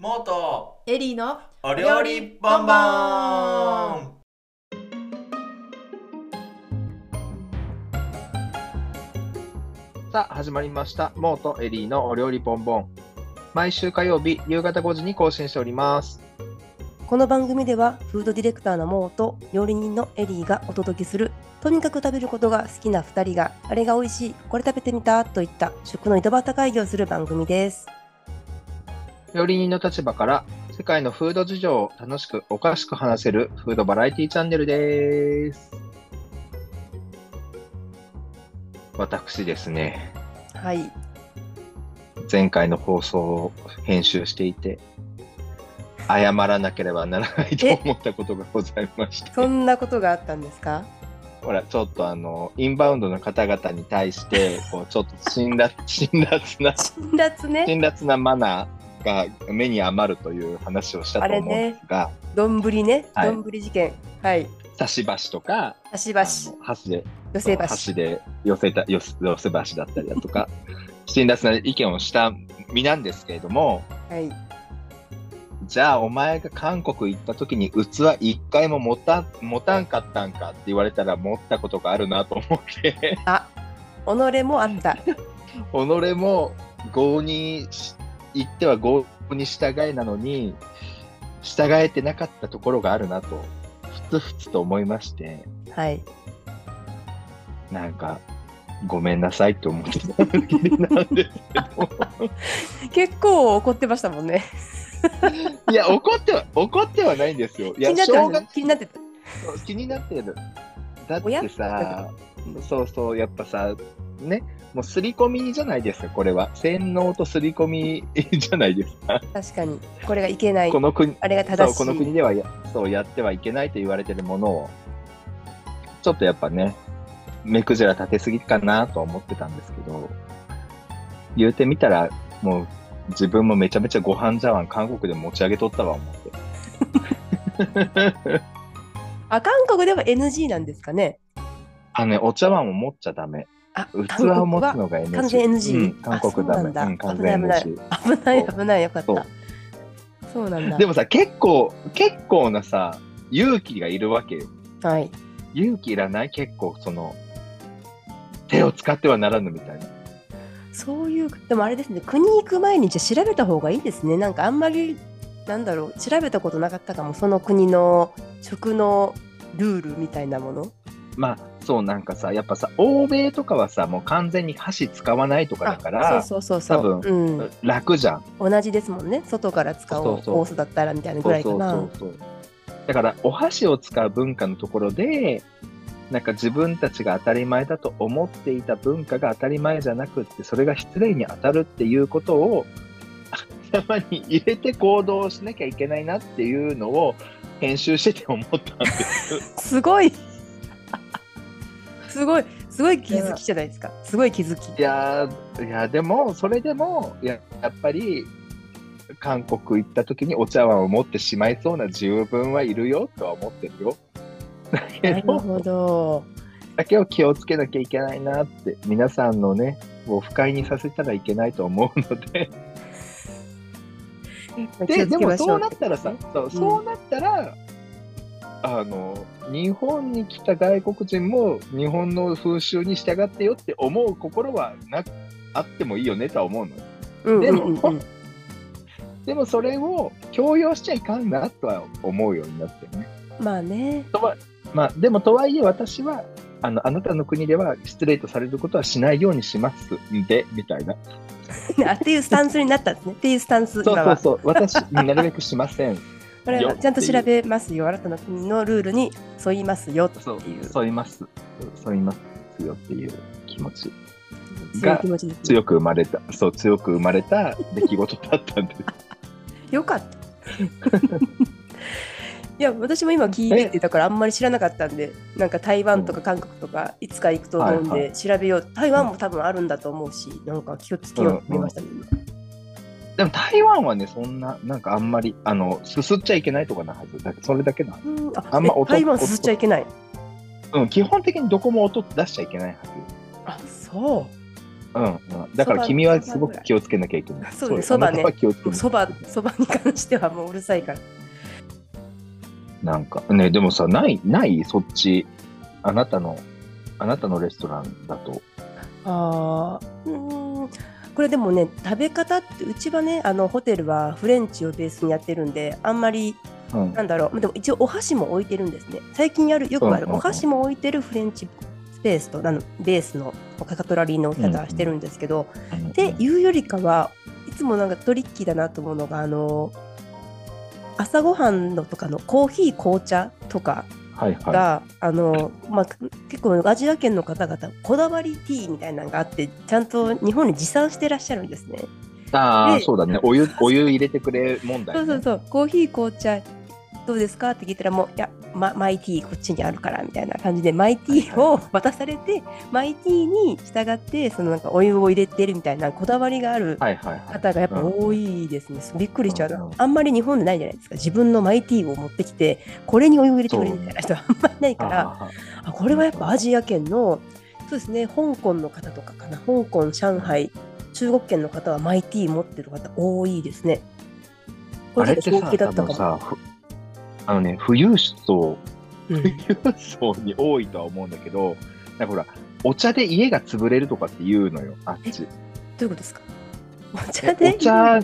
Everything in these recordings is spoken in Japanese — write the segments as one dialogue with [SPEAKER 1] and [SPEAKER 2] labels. [SPEAKER 1] 元
[SPEAKER 2] エリーの
[SPEAKER 1] お
[SPEAKER 2] 料理ボンボー
[SPEAKER 1] ン
[SPEAKER 3] さあ、始まりました。モーとエリーのお料理ボンボン。毎週火曜日、夕方5時に更新しております。
[SPEAKER 4] この番組ではフードディレクターのモーと料理人のエリーがお届けするとにかく食べることが好きな2人があれが美味しいこれ食べてみたといった食の井戸端会議をする番組です
[SPEAKER 3] 料理人の立場から、世界のフード事情を楽しくおかしく話せるフードバラエティチャンネルです。私ですね、
[SPEAKER 4] はい
[SPEAKER 3] 前回の放送を編集していて、謝らなければならないと
[SPEAKER 4] え
[SPEAKER 3] 思ったことがございまして。
[SPEAKER 4] そんなことがあったんですか
[SPEAKER 3] ほら、ちょっとあの、インバウンドの方々に対して、こう、ちょっと辛辣、辛辣な、
[SPEAKER 4] 辛辣ね
[SPEAKER 3] 辛辣なマナーが目に余るという話をしたと思うんですが、
[SPEAKER 4] 丼ね
[SPEAKER 3] はい
[SPEAKER 4] 丼、事件はい
[SPEAKER 3] 差し箸とか、
[SPEAKER 4] 足
[SPEAKER 3] あ
[SPEAKER 4] 橋
[SPEAKER 3] の箸で、
[SPEAKER 4] 寄せ橋
[SPEAKER 3] 箸で寄せた、寄せ寄せ箸だったりだとか、辛辣な意見をした身なんですけれども、
[SPEAKER 4] はい
[SPEAKER 3] じゃあお前が韓国行った時に器一回も持た持たんかったんかって言われたら持ったことがあるなと思って
[SPEAKER 4] あ己もあった
[SPEAKER 3] 己も合にし言っては合に従えなのに従えてなかったところがあるなとふつふつと思いまして
[SPEAKER 4] はい
[SPEAKER 3] なんかごめんなさいって思ってたんなん ですけど
[SPEAKER 4] 結構怒ってましたもんね
[SPEAKER 3] いや怒っては怒ってはないんですよい
[SPEAKER 4] 気
[SPEAKER 3] や
[SPEAKER 4] になって
[SPEAKER 3] 正
[SPEAKER 4] まし
[SPEAKER 3] 月
[SPEAKER 4] たね気になってた
[SPEAKER 3] 気になってるだっ
[SPEAKER 4] おや
[SPEAKER 3] てさそうそうやっぱさねもう刷り込みじゃないですかこれは洗脳と刷り込みじゃないですか
[SPEAKER 4] 確かにこれがいけない
[SPEAKER 3] この国
[SPEAKER 4] あれが
[SPEAKER 3] そ
[SPEAKER 4] 正
[SPEAKER 3] う
[SPEAKER 4] しい
[SPEAKER 3] この国ではやそうやってはいけないと言われてるものをちょっとやっぱね目くじら立てすぎかなとは思ってたんですけど言うてみたらもう自分もめちゃめちゃご飯茶碗韓国で持ち上げとったわ思って
[SPEAKER 4] あ韓国では NG なんですかね
[SPEAKER 3] あのねお茶碗を持っちゃダメ
[SPEAKER 4] あ
[SPEAKER 3] 器を持つのが NG
[SPEAKER 4] 完全 NG
[SPEAKER 3] うん、韓国ダメ
[SPEAKER 4] あそうなんだ
[SPEAKER 3] うん完全
[SPEAKER 4] 危ない
[SPEAKER 3] NG
[SPEAKER 4] 韓国は危ない危ないよかっ
[SPEAKER 3] そう
[SPEAKER 4] たそうなんだ
[SPEAKER 3] でもさ結構結構なさ勇気がいるわけよ
[SPEAKER 4] はい
[SPEAKER 3] 勇気いらない結構その手を使ってはならぬみたいな
[SPEAKER 4] そういうでもあれですね国行く前にじゃあ調べた方がいいですねなんかあんまりなんだろう調べたことなかったかもその国の食のルールみたいなもの
[SPEAKER 3] まあそうなんかさやっぱさ欧米とかはさもう完全に箸使わないとかだから
[SPEAKER 4] そうそうそうそう
[SPEAKER 3] 多
[SPEAKER 4] う
[SPEAKER 3] 楽じゃん
[SPEAKER 4] ん、同じですもんね外から使お
[SPEAKER 3] そううそう
[SPEAKER 4] コースだったらみたいなぐ
[SPEAKER 3] そ
[SPEAKER 4] ら
[SPEAKER 3] う
[SPEAKER 4] いか
[SPEAKER 3] そう
[SPEAKER 4] な
[SPEAKER 3] そうそうだからお箸を使う文化のところでなんか自分たちが当たり前だと思っていた文化が当たり前じゃなくってそれが失礼に当たるっていうことを 頭に入れて行動しなきゃいけないなっていうのを編集してて思ったんです。
[SPEAKER 4] すごい すごいすごい気づきじゃないですかすごい気づき
[SPEAKER 3] いやーいやでもそれでもややっぱり韓国行った時にお茶碗を持ってしまいそうな十分はいるよとは思ってるよ。だ
[SPEAKER 4] な
[SPEAKER 3] け
[SPEAKER 4] る
[SPEAKER 3] ど
[SPEAKER 4] ほど
[SPEAKER 3] だけを気をつけなきゃいけないなって皆さんのねを不快にさせたらいけないと思うので ででもそうなったらさそうそうなったら、あの日本に来た外国人も日本の風習に従ってよって思う心はなあってもいいよねとは思うの。
[SPEAKER 4] うんうんうんうん
[SPEAKER 3] でもでもそれを強要しちゃいかんなとは思うようになってるね。
[SPEAKER 4] まあね
[SPEAKER 3] とはまあ、でもとはいえ私はあのあなたの国では失礼とされることはしないようにしますんでみたいな。
[SPEAKER 4] あっていうスタンスになったんですね。っていうスタンス
[SPEAKER 3] そうそ
[SPEAKER 4] 今
[SPEAKER 3] う
[SPEAKER 4] は。
[SPEAKER 3] そう私なるべくしません。
[SPEAKER 4] これはちゃんと調べますよ。新たな国のルールに沿いますよっ て
[SPEAKER 3] そう
[SPEAKER 4] いうそ
[SPEAKER 3] そう言います。そう言いますよっていう気持ち
[SPEAKER 4] ういう
[SPEAKER 3] が
[SPEAKER 4] 気持ちです、ね。
[SPEAKER 3] 強く生まれたそう強く生まれた出来事だったんです。
[SPEAKER 4] よかった。 いや私も今聞いててだからあんまり知らなかったんでなんか台湾とか韓国とかいつか行くと思うん
[SPEAKER 3] はい
[SPEAKER 4] で調べよう台湾も多分あるんだと思うしなんか気をつけようと思いましたね今
[SPEAKER 3] でも台湾はねそんななんかあんまりあのすすっちゃいけないとかなはずだそれだけなの
[SPEAKER 4] うんあ
[SPEAKER 3] あんま
[SPEAKER 4] え
[SPEAKER 3] 音
[SPEAKER 4] 台湾すすっちゃいけない
[SPEAKER 3] うん、基本的にどこも音出しちゃいけないはず。
[SPEAKER 4] あそう
[SPEAKER 3] うんうん、だから君はすごく気をつけなきゃいけない。
[SPEAKER 4] そうねそば
[SPEAKER 3] あなた
[SPEAKER 4] ね
[SPEAKER 3] は気をつけなきゃいけない
[SPEAKER 4] そば、そばに関してはもううるさいから。
[SPEAKER 3] なんかね、でもさ、ない、ない、そっち、あなたの、あなたのレストランだと。
[SPEAKER 4] あーうーんこれでもね食べ方ってうちはねあのホテルはフレンチをベースにやってるんであんまり
[SPEAKER 3] うん
[SPEAKER 4] な、んだろうまあでも一応お箸も置いてるんですね最近やるよくあ
[SPEAKER 3] うんうん
[SPEAKER 4] る
[SPEAKER 3] うん
[SPEAKER 4] お箸も置いてるフレンチスペースとあのベースのカカトラリーの置き方してるんですけど、っていうよりかはいつもなんかトリッキーだなと思うのがあの朝ごはんのとかのコーヒー紅茶とか
[SPEAKER 3] はいはい。
[SPEAKER 4] が、あのまあ、結構アジア圏の方々こだわりティーみたいなのがあってちゃんと日本に持参してらっしゃるんですね。
[SPEAKER 3] ああ、
[SPEAKER 4] で
[SPEAKER 3] そうだね。お湯、お湯入れてくれ問題、
[SPEAKER 4] そ
[SPEAKER 3] ね。
[SPEAKER 4] うそうそうコーヒー紅茶どうですかって聞いたらもういや、まマイティーこっちにあるからみたいな感じでマイティーを渡されてマイティーに従ってそのなんかお湯を入れてるみたいなこだわりがある
[SPEAKER 3] はいはいはい。
[SPEAKER 4] 方がやっぱ多いですね、びっくりしちゃうな、
[SPEAKER 3] うんうん
[SPEAKER 4] あんまり日本でないじゃないですか自分のマイティーを持ってきてこれにお湯を入れてくれるみたいな人はあんまりないから。
[SPEAKER 3] あ
[SPEAKER 4] あこれはやっぱアジア圏のそうですね香港の方とかかな香港上海中国圏の方はマイティー持ってる方多いですね
[SPEAKER 3] ー
[SPEAKER 4] こ
[SPEAKER 3] あれ
[SPEAKER 4] れ
[SPEAKER 3] って
[SPEAKER 4] 結構
[SPEAKER 3] さ、
[SPEAKER 4] 衝撃だ
[SPEAKER 3] 多
[SPEAKER 4] ったか
[SPEAKER 3] 分
[SPEAKER 4] も、
[SPEAKER 3] さ、ふあのね、富裕層、
[SPEAKER 4] うん
[SPEAKER 3] 富裕層に多いとは思うんだけど、なんかほら、お茶で家が潰れるとかって言うのよ、あっち。
[SPEAKER 4] どういうことですかお茶で
[SPEAKER 3] お茶、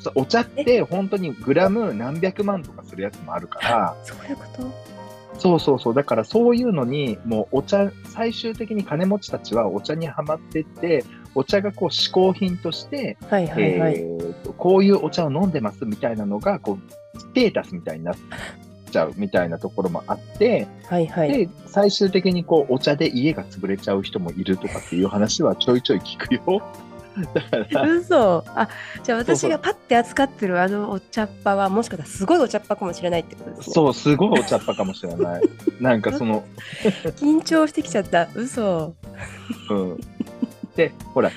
[SPEAKER 3] そうお茶って本当にグラム何百万とかするやつもあるから、
[SPEAKER 4] そういうこと
[SPEAKER 3] そうそうそう、だからそういうのに、もうお茶、最終的に金持ちたちはお茶にはまってって、お茶がこう嗜好品として、
[SPEAKER 4] はいはいはい、
[SPEAKER 3] えーとこういうお茶を飲んでますみたいなのが、こう、ステータスみたいになっちゃうみたいなところもあって、
[SPEAKER 4] はいはい
[SPEAKER 3] で、最終的にこう、お茶で家が潰れちゃう人もいるとかっていう話はちょいちょい聞くよ。だから、
[SPEAKER 4] 嘘あじゃあ
[SPEAKER 3] そうそ
[SPEAKER 4] 私
[SPEAKER 3] う
[SPEAKER 4] がパッて扱ってるあのお茶っ葉はもしかしたらすごいお茶っ葉かもしれないってことですね
[SPEAKER 3] そう、すごいお茶っ葉かもしれない。なんかその、
[SPEAKER 4] 緊張してきちゃった嘘
[SPEAKER 3] うん。で、ほら、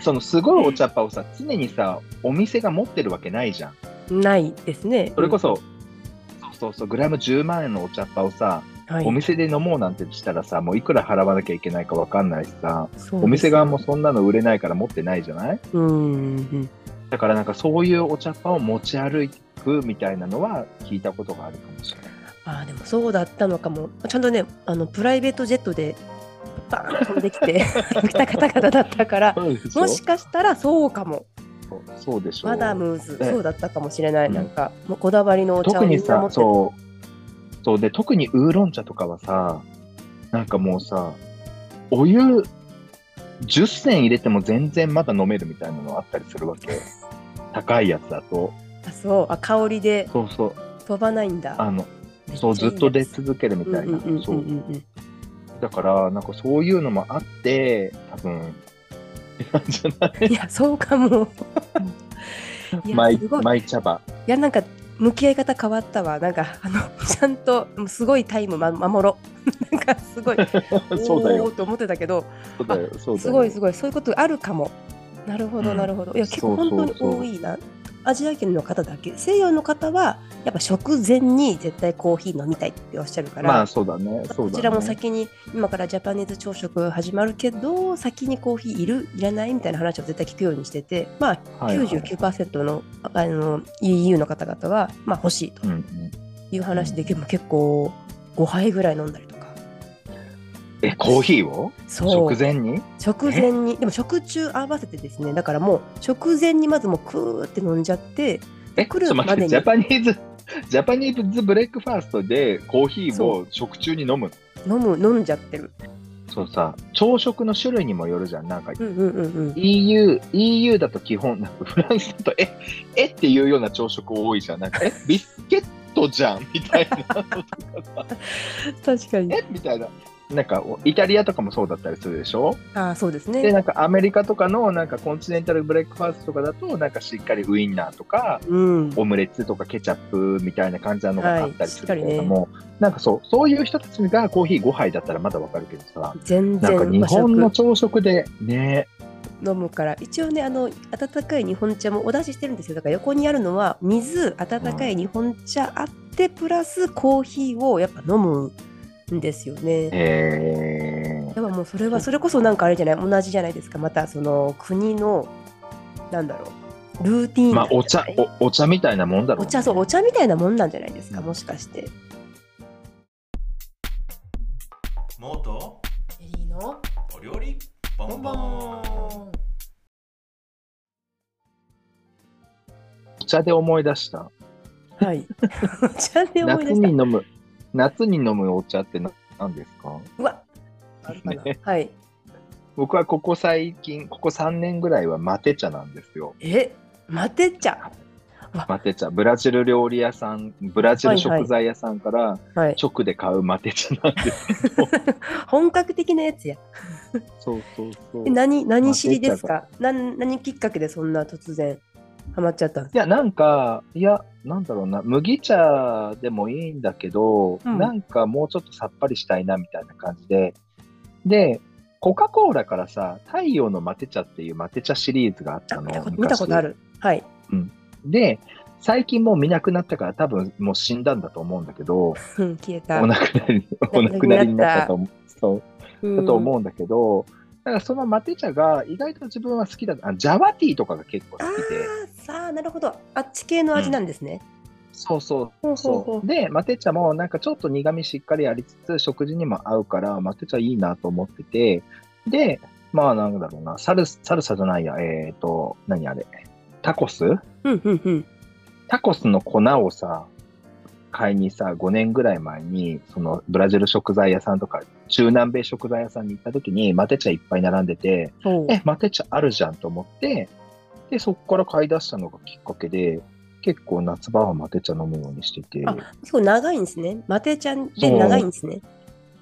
[SPEAKER 3] そのすごいお茶っ葉をさ、常にさ、お店が持ってるわけないじゃん。
[SPEAKER 4] ないですね
[SPEAKER 3] それこそ、そうそうそう、グラム10万円のお茶っ葉をさ、
[SPEAKER 4] うんはい
[SPEAKER 3] お店で飲もうなんてしたらさ、もういくら払わなきゃいけないかわかんないしさ、
[SPEAKER 4] そうです
[SPEAKER 3] お店側もそんなの売れないから持ってないじゃない
[SPEAKER 4] うんうんうん
[SPEAKER 3] だからなんかそういうお茶っ葉を持ち歩くみたいなのは聞いたことがあるかもしれない。
[SPEAKER 4] あーでもそうだったのかもちゃんとねあのプライベートジェットでバーン飛んでき て来た方々だったから
[SPEAKER 3] そうでしょ
[SPEAKER 4] もしかしたらそうかも
[SPEAKER 3] そうそうでしょ
[SPEAKER 4] マダムーズ
[SPEAKER 3] ええ
[SPEAKER 4] そうだったかもしれない、
[SPEAKER 3] うん
[SPEAKER 4] なんかもうこだわりのお茶を
[SPEAKER 3] 特
[SPEAKER 4] み
[SPEAKER 3] に
[SPEAKER 4] んな持
[SPEAKER 3] さ
[SPEAKER 4] ってる
[SPEAKER 3] そうそうで特にウーロン茶とかはさなんかもうさお湯10銭入れても全然まだ飲めるみたいなのあったりするわ け高いやつだと
[SPEAKER 4] あそうあ香りで
[SPEAKER 3] そうそう
[SPEAKER 4] 飛ばないんだ
[SPEAKER 3] あの
[SPEAKER 4] めっちゃいい
[SPEAKER 3] そうずっと出
[SPEAKER 4] やつ
[SPEAKER 3] 続けるみたいな
[SPEAKER 4] うんうんうんうんうん
[SPEAKER 3] そうだからなんかそういうのもあって多 分なんじゃない
[SPEAKER 4] いやそう かもいや
[SPEAKER 3] マイ
[SPEAKER 4] すごい
[SPEAKER 3] マイ茶葉
[SPEAKER 4] いやなんか向き合い方変わったわなんかあのちゃんともうすごいタイムま守ろう なんかすごい
[SPEAKER 3] そうだ
[SPEAKER 4] お
[SPEAKER 3] よ
[SPEAKER 4] ーと思ってたけど
[SPEAKER 3] そうだよそうだよ
[SPEAKER 4] すごいすごいそういうことあるかもなるほど
[SPEAKER 3] うん
[SPEAKER 4] なるほど、いや結構
[SPEAKER 3] そう
[SPEAKER 4] 本
[SPEAKER 3] そう
[SPEAKER 4] 当に多いなアジア圏の方だけ西洋の方はやっぱ食前に絶対コーヒー飲みたいっておっしゃるから、
[SPEAKER 3] まあそうだねそうだね
[SPEAKER 4] こちらも先に今からジャパニーズ朝食始まるけど先にコーヒーいるいらないみたいな話を絶対聞くようにしててまあ
[SPEAKER 3] はいはい
[SPEAKER 4] 99%の,、あの EU の方々は、まあ、欲しいと
[SPEAKER 3] うんうん
[SPEAKER 4] いう話で、でも結構5杯ぐらい飲んだりとか
[SPEAKER 3] えコーヒーを
[SPEAKER 4] そう
[SPEAKER 3] 食前に
[SPEAKER 4] 食前にでも食中合わせてですねだからもう食前にまずもうクーって飲んじゃって
[SPEAKER 3] え、
[SPEAKER 4] 来る
[SPEAKER 3] ちょっと待っ
[SPEAKER 4] まで
[SPEAKER 3] て、
[SPEAKER 4] に
[SPEAKER 3] ジャパニーズ、 ジャパニーズブレックファーストでコーヒー
[SPEAKER 4] そ
[SPEAKER 3] を食中に飲む
[SPEAKER 4] 飲む飲んじゃってる
[SPEAKER 3] そうさ、朝食の種類にもよるじゃん。なんか
[SPEAKER 4] うんうんうんうん
[SPEAKER 3] EU、EU だと基本、なんかフランスだと、え、えっていうような朝食多いじゃん。なんか、え、ビスケットじゃん みたいな。
[SPEAKER 4] 確かに
[SPEAKER 3] えみたいな。なんか、イタリアとかもそうだったりするでしょ
[SPEAKER 4] ああそうです
[SPEAKER 3] で、
[SPEAKER 4] ね
[SPEAKER 3] なんかアメリカとかの、なんかコンチネンタルブレックファーストとかだと、なんかしっかりウインナーとか、
[SPEAKER 4] うん
[SPEAKER 3] オムレツとかケチャップみたいな感じなのがあったりするけれど
[SPEAKER 4] は
[SPEAKER 3] も、なんかそうそういう人たちがコーヒー5杯だったらまだわかるけどさ
[SPEAKER 4] 全
[SPEAKER 3] なんか
[SPEAKER 4] 然
[SPEAKER 3] 日
[SPEAKER 4] 和
[SPEAKER 3] 本の
[SPEAKER 4] 食
[SPEAKER 3] 朝食でね
[SPEAKER 4] 飲むから一応ねあの温かい日本茶もお出ししてるんですよだから横にあるのは水温かい日本茶あってプラスコーヒーをやっぱ飲むんですよね
[SPEAKER 3] えー
[SPEAKER 4] ではもうそれはそれこそなんかあれじゃない同じじゃないですかまたその国のなんだろうルーティーン
[SPEAKER 3] ま
[SPEAKER 4] なん
[SPEAKER 3] あ
[SPEAKER 4] じゃ
[SPEAKER 3] お
[SPEAKER 4] な
[SPEAKER 3] 茶
[SPEAKER 4] い、
[SPEAKER 3] おお茶みたいなもんだろう
[SPEAKER 4] お
[SPEAKER 3] ね、
[SPEAKER 4] 茶そうお茶みたいなもんなんじゃないですかもしかして
[SPEAKER 2] もっと
[SPEAKER 1] エリーの
[SPEAKER 2] お料理ボ
[SPEAKER 1] ボ
[SPEAKER 2] ン
[SPEAKER 1] ン
[SPEAKER 2] ボ
[SPEAKER 1] ボ
[SPEAKER 2] ン
[SPEAKER 1] ン
[SPEAKER 3] お茶で思い出した。
[SPEAKER 4] はい お茶で思
[SPEAKER 3] 夏
[SPEAKER 4] い出した
[SPEAKER 3] に飲む、夏に飲むお茶ってな何ですか
[SPEAKER 4] うわあるかな、
[SPEAKER 3] ね
[SPEAKER 4] はい
[SPEAKER 3] 僕はここ最近、ここ3年ぐらいはマテ茶なんですよ。
[SPEAKER 4] え待てちゃ
[SPEAKER 3] マテ茶。ブラジル料理屋さん、ブラジル食材屋さんから
[SPEAKER 4] はい
[SPEAKER 3] 直で買うマテ茶なんです。
[SPEAKER 4] 本格的なやつや
[SPEAKER 3] そうそうそう。
[SPEAKER 4] え
[SPEAKER 3] い
[SPEAKER 4] 何何知りですかなん何きっかけでそんな突然ハマっちゃったんですか
[SPEAKER 3] や、なんか、いや、なんだろうな、麦茶でもいいんだけど、
[SPEAKER 4] うん
[SPEAKER 3] なんかもうちょっとさっぱりしたいなみたいな感じで。で、コカ・コーラからさ、太陽のマテ茶っていうマテ茶シリーズがあった
[SPEAKER 4] あ
[SPEAKER 3] の
[SPEAKER 4] 見た。こと見たことあるはい
[SPEAKER 3] で、最近もう見なくなったから多分もう死んだんだと思うんだけど、
[SPEAKER 4] うん消えた
[SPEAKER 3] お亡くな り、お亡くなりになったと思う。そう
[SPEAKER 4] うん
[SPEAKER 3] だと思うんだけど、だからそのマテ茶が意外と自分は好きだあジャワティーとかが結構好
[SPEAKER 4] あ
[SPEAKER 3] きで
[SPEAKER 4] あさあなるほどあっち系の味なんですね、
[SPEAKER 3] そうそう
[SPEAKER 4] ほうほうほ
[SPEAKER 3] そううでマテ茶もなんかちょっと苦味しっかりありつつ食事にも合うからマテ茶いいなと思っててでまあなんだろうなサルサルサじゃないやえっ、と何あれタコス
[SPEAKER 4] うんうんうん
[SPEAKER 3] タコスの粉をさ買いにさ5年ぐらい前にそのブラジル食材屋さんとか中南米食材屋さんに行った時にマテ茶いっぱい並んでて
[SPEAKER 4] そう
[SPEAKER 3] え、マテ茶あるじゃんと思って、で、そこから買い出したのがきっかけで、結構夏場はマテ茶飲むようにしてて、
[SPEAKER 4] あ結構長いんですねマテちゃんで長いんですね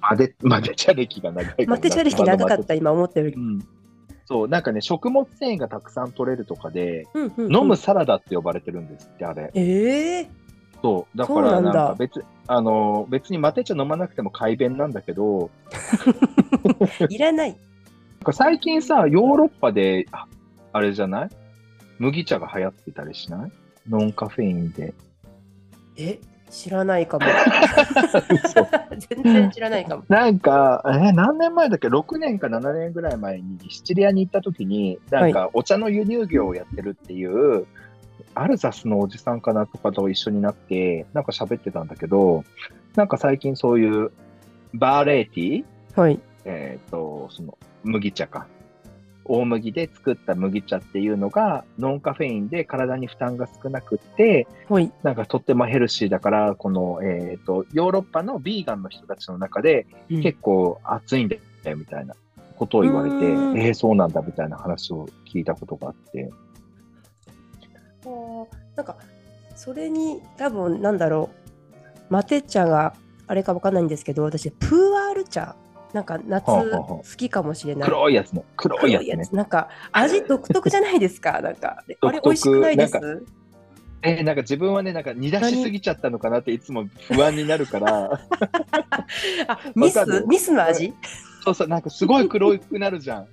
[SPEAKER 3] マテマテ茶歴が長いから
[SPEAKER 4] マテちゃん歴長か
[SPEAKER 3] 夏場のマ
[SPEAKER 4] っ。
[SPEAKER 3] テ
[SPEAKER 4] た今思ったよ
[SPEAKER 3] う
[SPEAKER 4] り
[SPEAKER 3] んそう、なんかね、食物繊維がたくさん取れるとかで、
[SPEAKER 4] うんうんうん
[SPEAKER 3] 飲むサラダって呼ばれてるんですって、あれ。
[SPEAKER 4] ええ
[SPEAKER 3] そう、だか
[SPEAKER 4] そうな
[SPEAKER 3] ら
[SPEAKER 4] んだ
[SPEAKER 3] なんか別、あの、別にマテ茶飲まなくても快便なんだけど、
[SPEAKER 4] いらない
[SPEAKER 3] なんか最近さ、ヨーロッパで、ああれじゃない麦茶が流行ってたりしないノンカフェイン で。
[SPEAKER 4] え知らないかも
[SPEAKER 3] 嘘
[SPEAKER 4] 全然知らないかも
[SPEAKER 3] なんか、え何年前だっけ、6年か7年ぐらい前にシチリアに行った時に、なんかお茶の輸入業をやってるっていう、アルザスのおじさんかなとかと一緒になって、なんか喋ってたんだけど、なんか最近そういうバーレーティー、
[SPEAKER 4] はい
[SPEAKER 3] えっ、と、その麦茶か。大麦で作った麦茶っていうのがノンカフェインで体に負担が少なくって、
[SPEAKER 4] はい
[SPEAKER 3] なんかとってもヘルシーだから、この、えっ、と、ヨーロッパのビーガンの人たちの中で、
[SPEAKER 4] うん
[SPEAKER 3] 結構熱いんだよ、みたいなことを言われて、
[SPEAKER 4] うん
[SPEAKER 3] えー、そうなんだ、みたいな話を聞いたことがあって。
[SPEAKER 4] こうなんかそれに多分なんだろうマテ茶があれかわかんないんですけど私プーアール茶なんか夏
[SPEAKER 3] はあはあはあ
[SPEAKER 4] 好きかもしれない
[SPEAKER 3] 黒いやつね、黒いやつね。
[SPEAKER 4] なんか味独特じゃないですかなん かあれ
[SPEAKER 3] 独特
[SPEAKER 4] 美味しくないです
[SPEAKER 3] なえー、なんか自分はね、なんか煮出しすぎちゃったのかなっていつも不安になるから、
[SPEAKER 4] あミ
[SPEAKER 3] わか
[SPEAKER 4] ス
[SPEAKER 3] る
[SPEAKER 4] ミスの味
[SPEAKER 3] そうそう、なんかすごい黒くなるじゃん。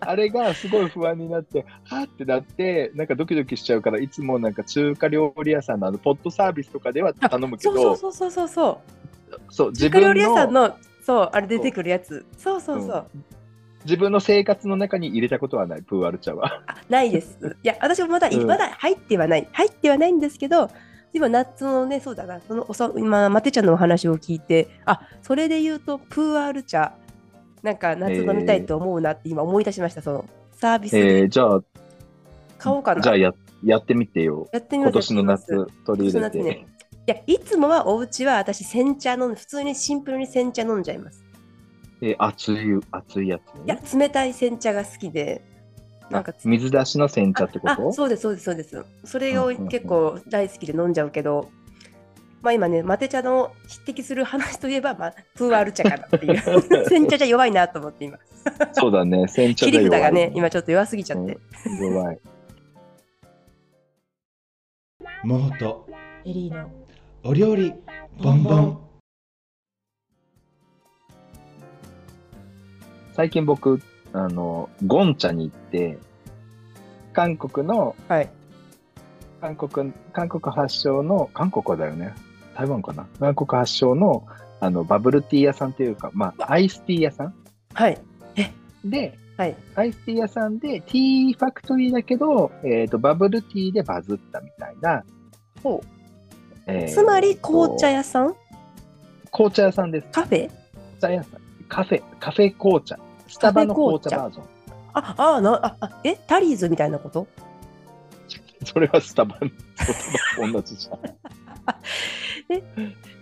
[SPEAKER 3] あれがすごい不安になって、はーってなって、なんかドキドキしちゃうから、いつもなんか中華料理屋さんのあのポットサービスとかでは頼むけ
[SPEAKER 4] そうそ
[SPEAKER 3] ど
[SPEAKER 4] う、そうそうそうそう
[SPEAKER 3] そう
[SPEAKER 4] 中
[SPEAKER 3] 自
[SPEAKER 4] 華
[SPEAKER 3] 分
[SPEAKER 4] 料理屋さん
[SPEAKER 3] の
[SPEAKER 4] のそうあれ出てくるやつそうそうそう、
[SPEAKER 3] 自分の生活の中に入れたことはないプーアル茶 は
[SPEAKER 4] あないですいや私もまだ、
[SPEAKER 3] うん
[SPEAKER 4] まだ入ってはない入ってはないんですけど今ナッツのねそうだなそのおそ今マテ茶のお話を聞いてあそれで言うとプーアール茶なんか夏飲みたいと思うなって今思い出しましたそのサービス
[SPEAKER 3] え
[SPEAKER 4] で
[SPEAKER 3] ー、じゃあ
[SPEAKER 4] 買おうかな、
[SPEAKER 3] じゃあややってみてよ
[SPEAKER 4] やってみま
[SPEAKER 3] 今
[SPEAKER 4] す
[SPEAKER 3] 年の夏取り入れ
[SPEAKER 4] 今年の夏
[SPEAKER 3] て
[SPEAKER 4] ねいやいつもはお家は私煎茶飲んで普通にシンプルに煎茶飲んじゃいます
[SPEAKER 3] えー熱い熱いやつね
[SPEAKER 4] いや冷たい煎茶が好きでなんか
[SPEAKER 3] あ水出しの煎茶ってこ
[SPEAKER 4] あ
[SPEAKER 3] と
[SPEAKER 4] そうですそうですそうですそれを
[SPEAKER 3] うんうんうん
[SPEAKER 4] 結構大好きで飲んじゃうけど、まあ今ねマテ茶の匹敵する話といえば、まあ、プーアール茶かなっていう 煎茶じゃ弱いなと思って今
[SPEAKER 3] そうだね煎茶
[SPEAKER 4] 切
[SPEAKER 3] で
[SPEAKER 4] り
[SPEAKER 3] 弱い
[SPEAKER 4] 札がね今ちょっと弱すぎちゃって、
[SPEAKER 3] うん弱い
[SPEAKER 2] もっと
[SPEAKER 1] エリーの
[SPEAKER 2] お料理ボンボン
[SPEAKER 3] 最近僕あのゴン茶に行って韓国の
[SPEAKER 4] はい
[SPEAKER 3] 韓国韓国発祥の韓国だよね台湾かな韓国発祥のあのバブルティー屋さんというか、まあ、アイスティー屋さん
[SPEAKER 4] はい。
[SPEAKER 3] で、
[SPEAKER 4] はい。
[SPEAKER 3] アイスティー屋さんで、ティーファクトリーだけど、えー、とバブルティーでバズったみたいな。
[SPEAKER 4] ほ
[SPEAKER 3] えー
[SPEAKER 4] つまり、紅茶屋さん
[SPEAKER 3] 紅茶屋さんです。
[SPEAKER 4] カフェ
[SPEAKER 3] 紅茶屋さん。カフェ、カフェ紅茶。スタバの紅茶バージョン。
[SPEAKER 4] あ、あ、な、あ、あえ、タリーズみたいなこと
[SPEAKER 3] それはスタバの言葉と同じじゃん
[SPEAKER 4] え。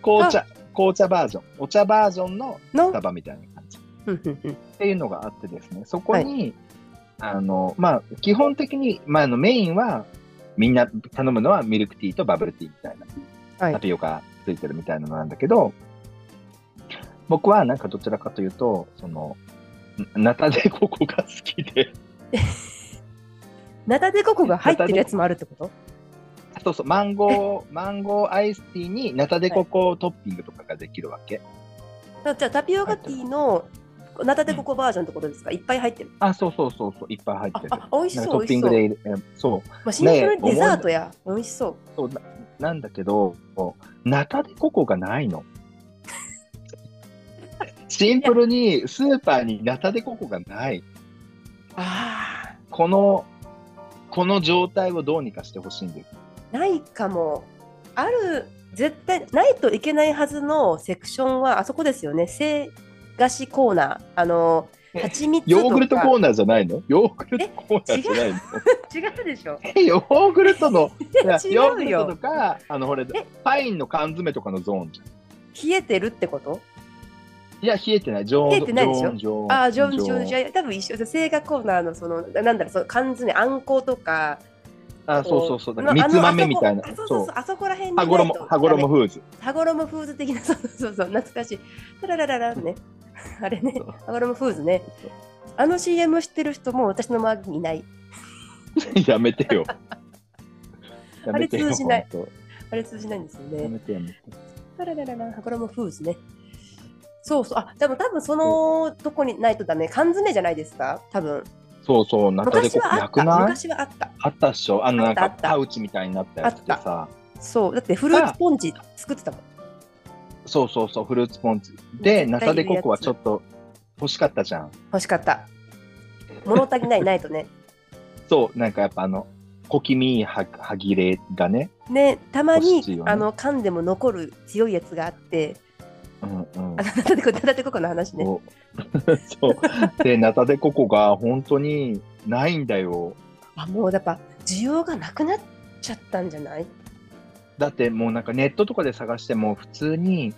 [SPEAKER 3] 紅茶、紅茶バージョン。お茶バージョンの
[SPEAKER 4] の
[SPEAKER 3] スタバみたいな感じ。
[SPEAKER 4] うんうんうん。
[SPEAKER 3] っていうのがあってですね、そこに、あの、まあ、基本的に、まあ、あのメインは、みんな頼むのはミルクティーとバブルティーみたいな、
[SPEAKER 4] はい
[SPEAKER 3] タピオカついてるみたいなのなんだけど、僕はなんかどちらかというと、その、ナタデココが好きで、
[SPEAKER 4] ナタデココが入ってるやつもあるってこと
[SPEAKER 3] そうそう、マンゴー、マンゴーアイスティーにナタデココトッピングとかができるわけ。
[SPEAKER 4] だじゃあタピオカティーのナタデココバージョンってことですか、いっぱい入ってる。
[SPEAKER 3] あ、そうそうそうそう、いっぱい入ってる。
[SPEAKER 4] あ、あ美味し
[SPEAKER 3] なんかト
[SPEAKER 4] そう、美
[SPEAKER 3] ッ
[SPEAKER 4] 味
[SPEAKER 3] ピ
[SPEAKER 4] し
[SPEAKER 3] ン
[SPEAKER 4] そ
[SPEAKER 3] グ
[SPEAKER 4] う。
[SPEAKER 3] で、えそう、
[SPEAKER 4] まあ、シンプルに
[SPEAKER 3] ねえ
[SPEAKER 4] デザートや。美味しそう。
[SPEAKER 3] そうななんだけど、こうナタデココがない の。シンプルにスーパーにナタデココがない。
[SPEAKER 4] あ
[SPEAKER 3] この、この状態をどうにかしてほしいんです。
[SPEAKER 4] あ、ないかも。ある、絶対ないといけないはずのセクションは、あそこですよね。生菓子コーナー。あの、蜂蜜と
[SPEAKER 3] ヨ
[SPEAKER 4] か。
[SPEAKER 3] ーグルトコー
[SPEAKER 4] ー
[SPEAKER 3] ナーじゃないのヨーグルトコーナーじゃないの
[SPEAKER 4] ナー。違うでしょ。
[SPEAKER 3] え ヨーグルトの、いや
[SPEAKER 4] 違うよ
[SPEAKER 3] ヨーグルトとか、あの、ほれ
[SPEAKER 4] え、
[SPEAKER 3] パインの缶詰とかのゾーンじゃん。
[SPEAKER 4] 冷えてるってこと
[SPEAKER 3] いや、冷えてない。常温。
[SPEAKER 4] 冷えてないでしょ
[SPEAKER 3] 常温常温
[SPEAKER 4] ああ、ジョンジ
[SPEAKER 3] 常
[SPEAKER 4] ョン
[SPEAKER 3] 温
[SPEAKER 4] ジョン。多分一緒。生菓コーナーの、その、なんだろう、その缶詰、あんことか。
[SPEAKER 3] あ、そうそうそう。だから
[SPEAKER 4] まあ
[SPEAKER 3] 三つ豆みたいな
[SPEAKER 4] あのあ。そこあそうそ
[SPEAKER 3] そ
[SPEAKER 4] うそ
[SPEAKER 3] う。
[SPEAKER 4] うあそこら辺に
[SPEAKER 3] 羽
[SPEAKER 4] ないと
[SPEAKER 3] 衣、羽衣フーズ。
[SPEAKER 4] 羽衣フーズ的な、 そうそうそう、懐かしい。タララララね。あれね、
[SPEAKER 3] そう
[SPEAKER 4] 羽衣フーズね。あの CM 知ってる人もう私の周りにいない。
[SPEAKER 3] やめてよ。やめてよ
[SPEAKER 4] あれ通じない。
[SPEAKER 3] 本
[SPEAKER 4] あれ通じないんですよ
[SPEAKER 3] 当やめ
[SPEAKER 4] ね。
[SPEAKER 3] てやめて。
[SPEAKER 4] タララララ、羽衣フーズね。そうそう、あ、でも多分そのとこにないとダメ。缶詰じゃないですか多分。
[SPEAKER 3] そうそう、ナタデ
[SPEAKER 4] 昔
[SPEAKER 3] コ
[SPEAKER 4] はあ
[SPEAKER 3] な
[SPEAKER 4] っ
[SPEAKER 3] く
[SPEAKER 4] た。
[SPEAKER 3] ない
[SPEAKER 4] 昔はあった。
[SPEAKER 3] あったっしょあの、な
[SPEAKER 4] あっ
[SPEAKER 3] ん
[SPEAKER 4] た
[SPEAKER 3] かパウチみたいになったやつでさ。
[SPEAKER 4] そう、だってフルーツポンチ作ってたもん。
[SPEAKER 3] そうそうそう、フルーツポンチ。で、
[SPEAKER 4] 絶
[SPEAKER 3] ナ
[SPEAKER 4] 対いるやつ
[SPEAKER 3] タデココはちょっと欲しかったじゃん。
[SPEAKER 4] 欲しかった。物 足りない、ないとね。
[SPEAKER 3] そう、なんかやっぱあの、小気味いい歯歯切れがね。
[SPEAKER 4] ね、たまに、
[SPEAKER 3] 欲しいよね
[SPEAKER 4] あの噛んでも残る強いやつがあって、
[SPEAKER 3] うんうん
[SPEAKER 4] あ。なたでこ、なたでここの話ね。
[SPEAKER 3] そう そう。で、ナタデココが本当にないんだよ。
[SPEAKER 4] あもうやっぱ需要がなくなっちゃったんじゃない
[SPEAKER 3] だってもうなんかネットとかで探しても普通に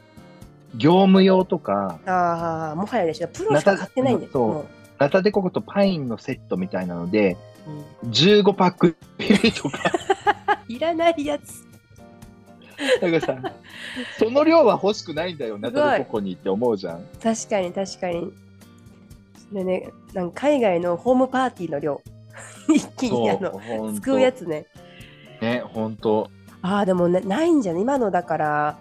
[SPEAKER 3] 業務用とか、
[SPEAKER 4] ああもはやでしょプロしか買ってないん
[SPEAKER 3] な
[SPEAKER 4] だよ
[SPEAKER 3] たそう
[SPEAKER 4] も
[SPEAKER 3] ナタデココとパインのセットみたいなので、
[SPEAKER 4] ううん
[SPEAKER 3] 15パック入りと か、
[SPEAKER 4] いらないやつ
[SPEAKER 3] なんかさ、その量は欲しくないんだよ、ナタデココにって思うじゃん。
[SPEAKER 4] 確かに確かにそれねなんか海外のホームパーティーの量 一気に
[SPEAKER 3] そ
[SPEAKER 4] あ
[SPEAKER 3] う、
[SPEAKER 4] の
[SPEAKER 3] ほん
[SPEAKER 4] 救
[SPEAKER 3] と
[SPEAKER 4] うや。つね
[SPEAKER 3] ね、本当
[SPEAKER 4] ああでもねないんじゃない今のだから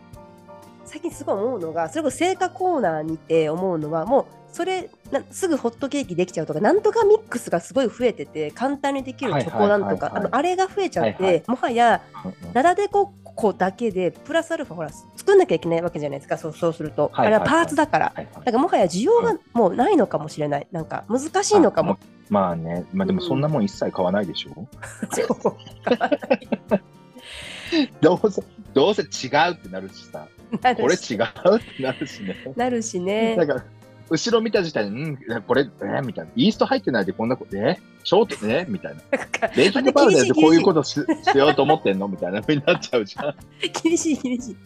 [SPEAKER 4] 最近すごい思うのがそれこそ成果コーナーにて思うのはもうそれなすぐホットケーキできちゃうとかなんとかミックスがすごい増えてて簡単にできるチョコなんとか
[SPEAKER 3] はいはいはいはい
[SPEAKER 4] あのあれが増えちゃって、
[SPEAKER 3] はいはい
[SPEAKER 4] もはやナダデココだけでプラスアルファほら作んなきゃいけないわけじゃないですかそうそうすると、
[SPEAKER 3] はいはいはい
[SPEAKER 4] あれはパーツだから
[SPEAKER 3] はいはい
[SPEAKER 4] だからもはや需要がもうないのかもしれないなんか難しいのかも
[SPEAKER 3] まあね、まあでもそんなもん一切買わないでしょ、 どうせ、どうせ違うってなるしさ、
[SPEAKER 4] な
[SPEAKER 3] これ
[SPEAKER 4] るし
[SPEAKER 3] 違うってなるしね。
[SPEAKER 4] なるしね
[SPEAKER 3] だから、後ろ見た時点で、うん、これ、えーみたいな。イースト入ってないでこんなこと、えーショート、えーみたいな。
[SPEAKER 4] なんか
[SPEAKER 3] 冷食パウダーでこういうこととししようと思ってんのみたいなふう になっちゃうじゃん。
[SPEAKER 4] 厳しい厳しい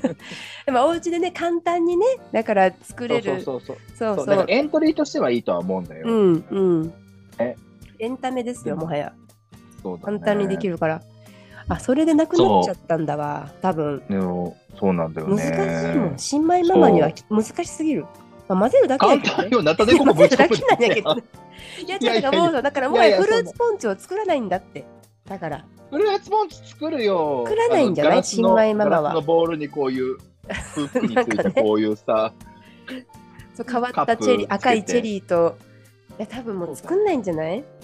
[SPEAKER 4] でもお家でね簡単にねだから作れるそう
[SPEAKER 3] そうそうそう
[SPEAKER 4] そ
[SPEAKER 3] そ
[SPEAKER 4] う
[SPEAKER 3] うだからエントリーとしてはいいとは思うんだよ。
[SPEAKER 4] うんうん
[SPEAKER 3] え
[SPEAKER 4] エンタメですよもはや
[SPEAKER 3] そうだね
[SPEAKER 4] 簡単にできるから、あそれでなくなっちゃったんだわ多分
[SPEAKER 3] でもそうなんだよ
[SPEAKER 4] 難
[SPEAKER 3] ね。
[SPEAKER 4] しいもん。新米ママにはき難しすぎる。まあ、混ぜるだけ
[SPEAKER 3] 簡
[SPEAKER 4] やけど、
[SPEAKER 3] 単
[SPEAKER 4] ね。
[SPEAKER 3] よ、ナタデココ
[SPEAKER 4] 混
[SPEAKER 3] ぶ
[SPEAKER 4] ぜ
[SPEAKER 3] ち
[SPEAKER 4] る
[SPEAKER 3] 込む
[SPEAKER 4] だけなんやけど
[SPEAKER 3] だ
[SPEAKER 4] ね。いや、
[SPEAKER 3] いやいや
[SPEAKER 4] だからもう、だからもう
[SPEAKER 3] いやいや
[SPEAKER 4] フルーツポンチを作らないんだって。だから、
[SPEAKER 3] フルーツポンチ作るよ。
[SPEAKER 4] 作らないんじゃない
[SPEAKER 3] あのガラスの
[SPEAKER 4] 新米ママは
[SPEAKER 3] ガラスのボールにこういう、フープにつ いたこういうさ、
[SPEAKER 4] そう変わったチェリ
[SPEAKER 3] カップつけて
[SPEAKER 4] ー、赤いチェリーと、いや、多分もう作んないんじゃない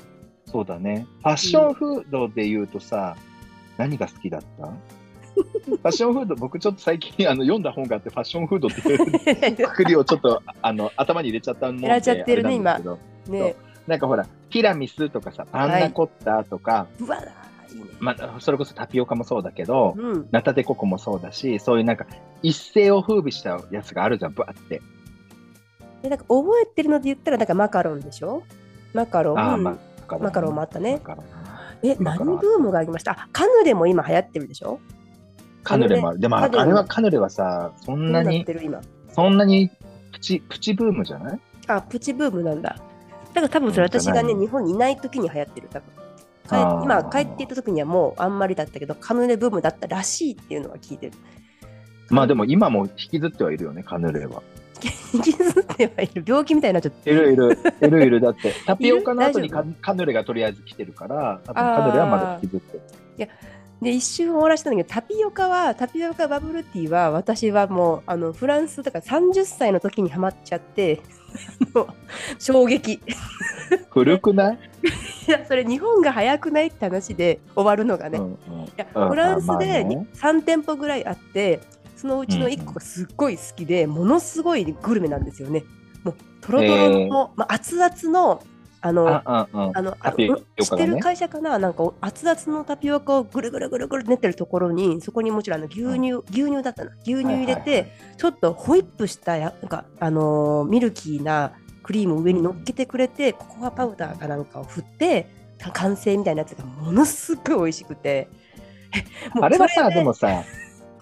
[SPEAKER 3] そうだね。ファッションフードで言うとさ、何が好きだった ファッションフード、僕ちょっと最近あの読んだ本があって、ファッションフードっていうくりをちょっとあの頭に入れちゃったもんで
[SPEAKER 4] やられちゃってるね
[SPEAKER 3] あれなんですけど
[SPEAKER 4] ね
[SPEAKER 3] なんかほら、ティラミスとかさ、パンナコッタとか、
[SPEAKER 4] うわーいいね。
[SPEAKER 3] まあ、それこそタピオカもそうだけど、
[SPEAKER 4] うん。
[SPEAKER 3] ナタデココもそうだし、そういうなんか一世を風靡したやつがあるじゃん、ぶわって。
[SPEAKER 4] でなんか覚えてるので言ったらなんかマカロンでしょマカロン。
[SPEAKER 3] ああ、まあ、
[SPEAKER 4] マカロンもあった
[SPEAKER 3] マ
[SPEAKER 4] ね
[SPEAKER 3] カロン
[SPEAKER 4] え、
[SPEAKER 3] マカロ
[SPEAKER 4] 何
[SPEAKER 3] ン
[SPEAKER 4] ブームがありましたあ、カヌレも今流行ってるでしょ
[SPEAKER 3] カヌレもある。でも、
[SPEAKER 4] カ
[SPEAKER 3] あ
[SPEAKER 4] ヌレ
[SPEAKER 3] れはカヌレはさ、そ
[SPEAKER 4] ど
[SPEAKER 3] ん
[SPEAKER 4] うな
[SPEAKER 3] な
[SPEAKER 4] っ
[SPEAKER 3] に
[SPEAKER 4] て、る今。
[SPEAKER 3] そんなにプチ、プチブームじゃない
[SPEAKER 4] あ、プチブームなんだ。だから多分それ私がね、
[SPEAKER 3] うんじ
[SPEAKER 4] 日本にいない時に流行ってる、多分。帰
[SPEAKER 3] あー
[SPEAKER 4] 今帰っていた時にはもうあんまりだったけどカヌレブームだったらしいっていうのは聞いてる。
[SPEAKER 3] まあでも今も引きずってはいるよね、カヌレは。
[SPEAKER 4] 引きずってはいる病気みたいになっちゃって
[SPEAKER 3] いるい る、いるいる。だって、タピオカの後に
[SPEAKER 4] いる大
[SPEAKER 3] カカヌレがとりあえず来てるから、多分カヌレはまだ引きずってる。
[SPEAKER 4] で一瞬終わらしたんだけどタピオカはタピオカバブルティーは私はもうあのフランスだから30歳の時にはまっちゃってもう衝撃
[SPEAKER 3] 古くない、
[SPEAKER 4] いやそれ日本が早くないって話で終わるのがね、
[SPEAKER 3] うん
[SPEAKER 4] い
[SPEAKER 3] うん
[SPEAKER 4] や
[SPEAKER 3] うん
[SPEAKER 4] フランス
[SPEAKER 3] まあ
[SPEAKER 4] で
[SPEAKER 3] ね
[SPEAKER 4] 3店舗ぐらいあってそのうちの
[SPEAKER 3] うん
[SPEAKER 4] 1
[SPEAKER 3] う
[SPEAKER 4] 個
[SPEAKER 3] ん
[SPEAKER 4] がすっごい好きで、ものすごいグルメなんですよねもうとろとろの、
[SPEAKER 3] えー
[SPEAKER 4] まあ、熱々のあの
[SPEAKER 3] あうんうん
[SPEAKER 4] あの、あ
[SPEAKER 3] タピオカがね
[SPEAKER 4] うん知ってる会社かな、なんかお熱々のタピオカをぐるぐるぐるぐる練ってるところに、そこにもちろんあの牛乳、牛乳だったな、牛乳入れて、
[SPEAKER 3] はいはいは
[SPEAKER 4] ちょっとホイップしたや、なんか、あのーミルキーなクリームを上に乗っけてくれて、ココアパウダーかなんかを振って、た完成みたいなやつがものすごい美味しくて。えもう
[SPEAKER 3] あれは
[SPEAKER 4] そ
[SPEAKER 3] さ、でもさ、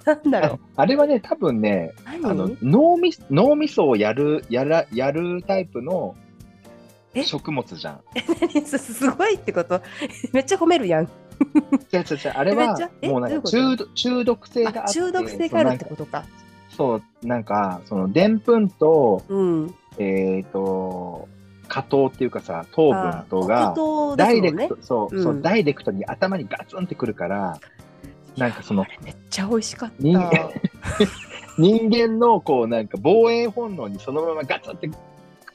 [SPEAKER 4] なんだろう。
[SPEAKER 3] あれはね、多分ね、あの
[SPEAKER 4] 何
[SPEAKER 3] 脳み脳みそをやるやらやるタイプの
[SPEAKER 4] え
[SPEAKER 3] 食物じゃん。
[SPEAKER 4] 何すすごいってこと めっちゃ褒めるやん。
[SPEAKER 3] 違う違う違う、あれは
[SPEAKER 4] めっちゃえ
[SPEAKER 3] もうな
[SPEAKER 4] どういうん
[SPEAKER 3] か
[SPEAKER 4] こと
[SPEAKER 3] 中毒中毒性があっ
[SPEAKER 4] あ
[SPEAKER 3] て、
[SPEAKER 4] 中毒性があるってことか。
[SPEAKER 3] そうなんかそうなんかそのでんぷんと
[SPEAKER 4] うん。
[SPEAKER 3] えっ、と果糖っていうかさ糖分とが
[SPEAKER 4] と
[SPEAKER 3] ダイレクト、そう、
[SPEAKER 4] うん
[SPEAKER 3] そうダイレクトに頭にガツンってくるから、なんかその
[SPEAKER 4] あれめっちゃ美味しかった。
[SPEAKER 3] 人間人間のこうなんか防衛本能にそのままガツンって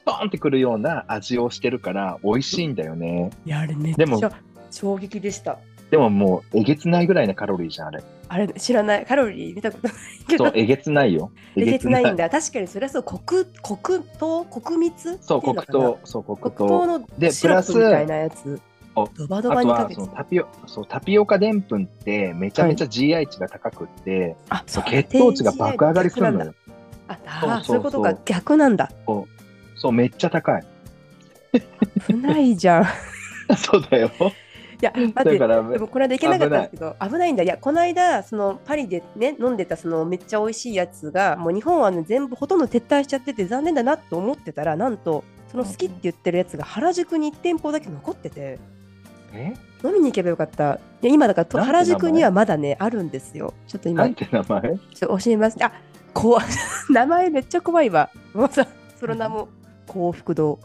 [SPEAKER 3] ドーンってくるような味をしてるから美味しいんだよね。
[SPEAKER 4] いやあれめっち
[SPEAKER 3] でも
[SPEAKER 4] ゃ衝撃でした。
[SPEAKER 3] でももうえげつないぐらいのカロリーじゃんあれ。
[SPEAKER 4] あれ知らないカロリー見たことないけ
[SPEAKER 3] そう
[SPEAKER 4] ど。
[SPEAKER 3] えげつないよ。
[SPEAKER 4] えげつないん。だ。確かにそれはそう黒黒糖黒蜜
[SPEAKER 3] そう
[SPEAKER 4] って
[SPEAKER 3] 黒
[SPEAKER 4] いのかな
[SPEAKER 3] 糖そう黒
[SPEAKER 4] 黒糖
[SPEAKER 3] 糖。
[SPEAKER 4] の
[SPEAKER 3] で
[SPEAKER 4] シロップみ
[SPEAKER 3] プラス
[SPEAKER 4] たいなやつ。
[SPEAKER 3] お
[SPEAKER 4] ドバド
[SPEAKER 3] あ
[SPEAKER 4] バ
[SPEAKER 3] と
[SPEAKER 4] にか
[SPEAKER 3] は
[SPEAKER 4] け
[SPEAKER 3] そ
[SPEAKER 4] て
[SPEAKER 3] の。タピオそうタピオカでんぷんってめちゃめちゃ GI 値が高くって、
[SPEAKER 4] あ、そう
[SPEAKER 3] 血糖値が爆上がりするのよ。。
[SPEAKER 4] あ、あーそ
[SPEAKER 3] そううそうそう
[SPEAKER 4] いうことか逆なんだ。
[SPEAKER 3] そうそうめっちゃ高い。
[SPEAKER 4] 危ないじゃん。い
[SPEAKER 3] そうだよ。
[SPEAKER 4] や
[SPEAKER 3] だ
[SPEAKER 4] 待って
[SPEAKER 3] か。ら
[SPEAKER 4] でもこれでいけなかったんですけど危ないんだいやこの間そのパリでね飲んでたそのめっちゃ美味しいやつがもう日本はね全部ほとんど撤退しちゃってて残念だなと思ってたらなんとその好きって言ってるやつが原宿に1店舗だけ残ってて
[SPEAKER 3] え
[SPEAKER 4] 飲みに行けばよかったいや今だからと
[SPEAKER 3] なんて
[SPEAKER 4] 原宿にはまだねあるんですよちょっと
[SPEAKER 3] な
[SPEAKER 4] 今
[SPEAKER 3] ん
[SPEAKER 4] ち
[SPEAKER 3] て名前？
[SPEAKER 4] ょっと教えますあこう 名前めっちゃ怖いわもうさその名も幸福堂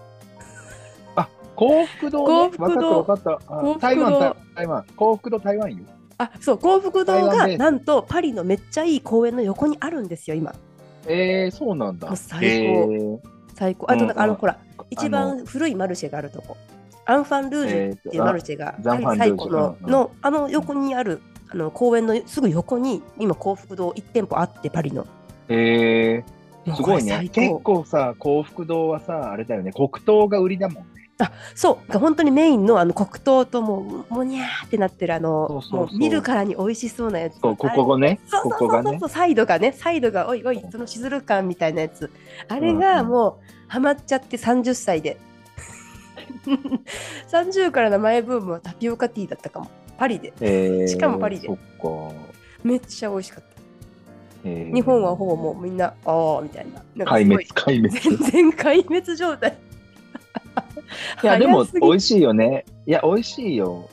[SPEAKER 3] 幸福堂、ね、
[SPEAKER 4] 幸福堂
[SPEAKER 3] わかったわかった
[SPEAKER 4] 幸
[SPEAKER 3] あ。
[SPEAKER 4] 福堂
[SPEAKER 3] 台湾台台湾幸福堂台湾よ。
[SPEAKER 4] あそう幸福堂
[SPEAKER 3] 台
[SPEAKER 4] が
[SPEAKER 3] 湾で
[SPEAKER 4] なんとパリのめっちゃいい公園の横にあるんですよ今
[SPEAKER 3] えー、そうなんだ。
[SPEAKER 4] もう最高
[SPEAKER 3] えー
[SPEAKER 4] 最高あとなんかあ
[SPEAKER 3] うん
[SPEAKER 4] の
[SPEAKER 3] うん
[SPEAKER 4] ほら
[SPEAKER 3] あの
[SPEAKER 4] 一番古いマルシェがあるとこアンファン・ルージュっていうマルシェが
[SPEAKER 3] えーとあ
[SPEAKER 4] パリ
[SPEAKER 3] ザンファン
[SPEAKER 4] 最
[SPEAKER 3] ルージュ
[SPEAKER 4] 古の
[SPEAKER 3] うんうん
[SPEAKER 4] のあの横にあるあの公園のすぐ横に今幸福堂1店舗あってパリの
[SPEAKER 3] えー、
[SPEAKER 4] もう
[SPEAKER 3] す
[SPEAKER 4] こ
[SPEAKER 3] ご
[SPEAKER 4] れ
[SPEAKER 3] いね
[SPEAKER 4] 最。
[SPEAKER 3] 結
[SPEAKER 4] 高
[SPEAKER 3] 構さ、幸福堂はさ、あれだよね、黒糖が売りだもんね。
[SPEAKER 4] そうだから本当にメインのあの黒糖ともうもにゃーってなってるあの
[SPEAKER 3] そうそうそう
[SPEAKER 4] もう見るからに美味しそうなやつ
[SPEAKER 3] そう、ここがね、
[SPEAKER 4] あれ
[SPEAKER 3] こ
[SPEAKER 4] そうそ
[SPEAKER 3] こ
[SPEAKER 4] うそ
[SPEAKER 3] が
[SPEAKER 4] うそう
[SPEAKER 3] ね。
[SPEAKER 4] サイドがねサイドがおいおいそのしずる感みたいなやつあれが
[SPEAKER 3] うんうん
[SPEAKER 4] もうハマっちゃって30 歳で30からの前ブームはタピオカティーだったかもパリで
[SPEAKER 3] えー、
[SPEAKER 4] しかもパリで
[SPEAKER 3] そっか。
[SPEAKER 4] めっちゃ美味しかった。
[SPEAKER 3] えー
[SPEAKER 4] 日本はほぼもうみんな、ああみたいな。なんか
[SPEAKER 3] 壊
[SPEAKER 4] すごい
[SPEAKER 3] 滅、 壊滅。
[SPEAKER 4] 全然壊滅状態。
[SPEAKER 3] いや、でも
[SPEAKER 4] 早すぎ
[SPEAKER 3] 美味しいよね。いや、美味しいよ。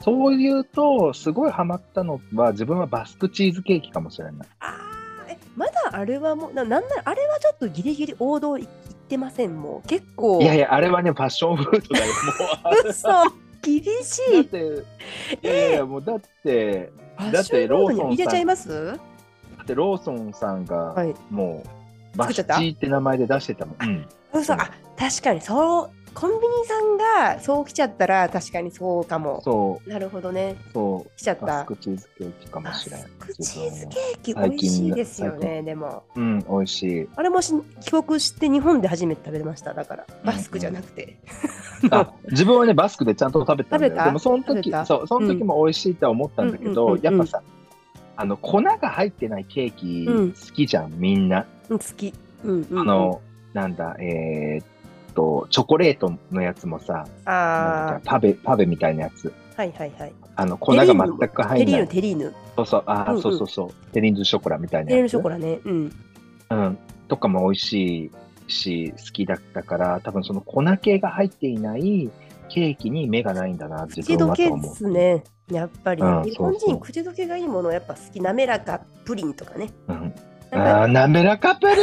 [SPEAKER 3] そういうと、すごいハマったのは、自分はバスクチーズケーキかもしれない。
[SPEAKER 4] あーえまだあれはもう、ななんならあれはちょっとギリギリ王道い行ってません、もう。結構、
[SPEAKER 3] いやいや、あれはね、パッションフードだよ。も うあれ
[SPEAKER 4] 嘘厳し
[SPEAKER 3] だっ
[SPEAKER 4] い。
[SPEAKER 3] て、いやいやいや、もうだって、
[SPEAKER 4] だ
[SPEAKER 3] ってローソンさん
[SPEAKER 4] 入れちゃいます
[SPEAKER 3] だってローソンさんが
[SPEAKER 4] はい。
[SPEAKER 3] もう、
[SPEAKER 4] 作
[SPEAKER 3] バ
[SPEAKER 4] っちゃ
[SPEAKER 3] ス
[SPEAKER 4] っ
[SPEAKER 3] チ
[SPEAKER 4] た
[SPEAKER 3] ーって名前で出してたもん。うん
[SPEAKER 4] 嘘、あ確かに、そう。コンビニさんがそう来ちゃったら確かにそうかも。
[SPEAKER 3] そ
[SPEAKER 4] なるほどね。
[SPEAKER 3] う、そう、
[SPEAKER 4] 来ちゃっ
[SPEAKER 3] バス
[SPEAKER 4] た。
[SPEAKER 3] クチーズケーキかも
[SPEAKER 4] バ
[SPEAKER 3] し
[SPEAKER 4] ス
[SPEAKER 3] れない。
[SPEAKER 4] クチーズケーキ
[SPEAKER 3] 自分は
[SPEAKER 4] 美味しいですよ
[SPEAKER 3] 最
[SPEAKER 4] ね、でも。
[SPEAKER 3] うん、美味しい。
[SPEAKER 4] あれもし帰国して日本で初めて食べました、だから。バスクじゃなくて。
[SPEAKER 3] あ、自分はね、バスクでちゃんと食べたんだよ。
[SPEAKER 4] 食べた
[SPEAKER 3] でも、その
[SPEAKER 4] 食べ
[SPEAKER 3] 時
[SPEAKER 4] た、
[SPEAKER 3] そう、その時も美味しいとは思ったんだけ
[SPEAKER 4] うんうん
[SPEAKER 3] ど
[SPEAKER 4] うん、うん
[SPEAKER 3] やっぱさ、あの、粉が入ってないケーキ
[SPEAKER 4] うん
[SPEAKER 3] 好きじゃん、みんな。
[SPEAKER 4] うん、好き。うんうんうん、
[SPEAKER 3] あの、なんだ、えーっと、チョコレートのやつもさ、なん
[SPEAKER 4] あ
[SPEAKER 3] かパベ、パベみたいなやつ。
[SPEAKER 4] ーはいはいはい。
[SPEAKER 3] あの、粉が全く入
[SPEAKER 4] テ
[SPEAKER 3] ん
[SPEAKER 4] リー
[SPEAKER 3] な
[SPEAKER 4] ヌ、
[SPEAKER 3] い。
[SPEAKER 4] テリーヌ。
[SPEAKER 3] そうそう、あー
[SPEAKER 4] うんうん
[SPEAKER 3] そうそうそう。テリーヌショコラみたいな
[SPEAKER 4] テリー
[SPEAKER 3] や
[SPEAKER 4] ヌ
[SPEAKER 3] つ。
[SPEAKER 4] ショコラね。うん。
[SPEAKER 3] うん。とかも美味しいし、好きだったから、多分その粉系が入っていないケーキに目がないんだなって
[SPEAKER 4] 口
[SPEAKER 3] 分
[SPEAKER 4] ど
[SPEAKER 3] は
[SPEAKER 4] け
[SPEAKER 3] と
[SPEAKER 4] で
[SPEAKER 3] 思
[SPEAKER 4] す
[SPEAKER 3] う。
[SPEAKER 4] ね。やっぱり、
[SPEAKER 3] うん
[SPEAKER 4] 日
[SPEAKER 3] そう
[SPEAKER 4] 本
[SPEAKER 3] そ
[SPEAKER 4] 人
[SPEAKER 3] う
[SPEAKER 4] 口どけがいいものやっぱ好き滑らかプリンとかね
[SPEAKER 3] うん、
[SPEAKER 4] なんか
[SPEAKER 3] あー滑らかプ リン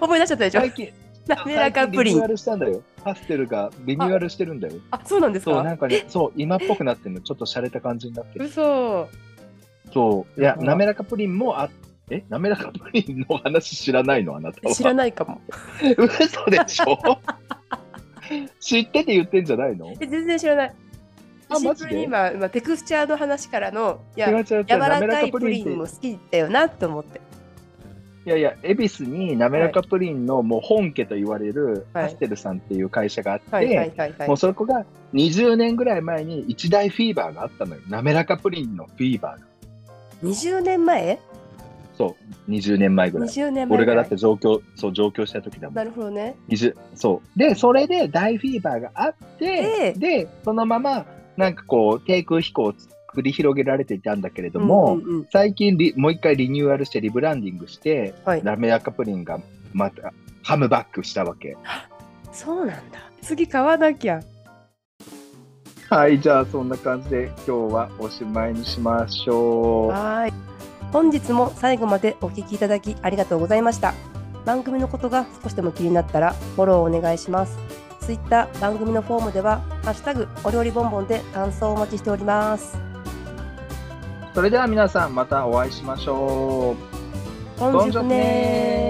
[SPEAKER 4] 思い出しちゃったでしょ
[SPEAKER 3] 最近、
[SPEAKER 4] 滑らか
[SPEAKER 3] 最
[SPEAKER 4] プ
[SPEAKER 3] 近リ
[SPEAKER 4] リ
[SPEAKER 3] ニュー
[SPEAKER 4] ン
[SPEAKER 3] アルしたんだよ。パステルがリニューアルしてるんだよ。
[SPEAKER 4] あそうなんです
[SPEAKER 3] そう、
[SPEAKER 4] か
[SPEAKER 3] なんかね、そう、今っぽくなってるの。ちょっと洒落た感じになってる。
[SPEAKER 4] 嘘
[SPEAKER 3] そう。いや、
[SPEAKER 4] うん
[SPEAKER 3] 滑らかプリンもあえ滑らかプリンの話知らないのあなたは。
[SPEAKER 4] 知ら
[SPEAKER 3] ない。
[SPEAKER 4] ないかも
[SPEAKER 3] 嘘でしょ知ってて言ってんじゃないの
[SPEAKER 4] え全然知らない
[SPEAKER 3] あ
[SPEAKER 4] シ
[SPEAKER 3] マ
[SPEAKER 4] ン
[SPEAKER 3] ジ
[SPEAKER 4] プ
[SPEAKER 3] で
[SPEAKER 4] ルに今今テクスチャーの話からのいや
[SPEAKER 3] 違う違
[SPEAKER 4] 柔
[SPEAKER 3] う違う。
[SPEAKER 4] ら
[SPEAKER 3] 滑
[SPEAKER 4] からい
[SPEAKER 3] か
[SPEAKER 4] プリン
[SPEAKER 3] って
[SPEAKER 4] も好きだよなと思って
[SPEAKER 3] いやいや、恵比寿に滑らかプリンのもう本家と言われる
[SPEAKER 4] はい
[SPEAKER 3] パステルさんっていう会社があって、
[SPEAKER 4] はいはいはいはい
[SPEAKER 3] もうそこが20年ぐらい前に一大フィーバーがあったのよ。滑らかプリンのフィーバーが。
[SPEAKER 4] 20年前
[SPEAKER 3] そう、20年前ぐらい。
[SPEAKER 4] 20年前
[SPEAKER 3] 俺
[SPEAKER 4] ぐ
[SPEAKER 3] がだ
[SPEAKER 4] らい
[SPEAKER 3] って上京、そう、上京した時だも。
[SPEAKER 4] なんるほどね
[SPEAKER 3] 20そう。で、それで大フィーバーがあって、
[SPEAKER 4] で
[SPEAKER 3] で、そのまま、なんかこう、低空飛行を繰り広げられていたんだけれども、
[SPEAKER 4] うんうんうん
[SPEAKER 3] 最近リ、もう一回リニューアルしてリブランディングして、
[SPEAKER 4] はい
[SPEAKER 3] ラメヤカプリンがまたカムバックしたわけ。
[SPEAKER 4] そうなんだ次買わなきゃ
[SPEAKER 3] はい、じゃあそんな感じで今日はおしまいにしましょう。
[SPEAKER 4] はい。本日も最後までお聞きいただきありがとうございました。番組のことが少しでも気になったらフォローお願いします。ツイッター番組のフォームではハッシュタグお料理ボンボンで感想をお待ちしております。
[SPEAKER 3] それでは皆さんまたお会いしましょう。
[SPEAKER 4] 本日ねー。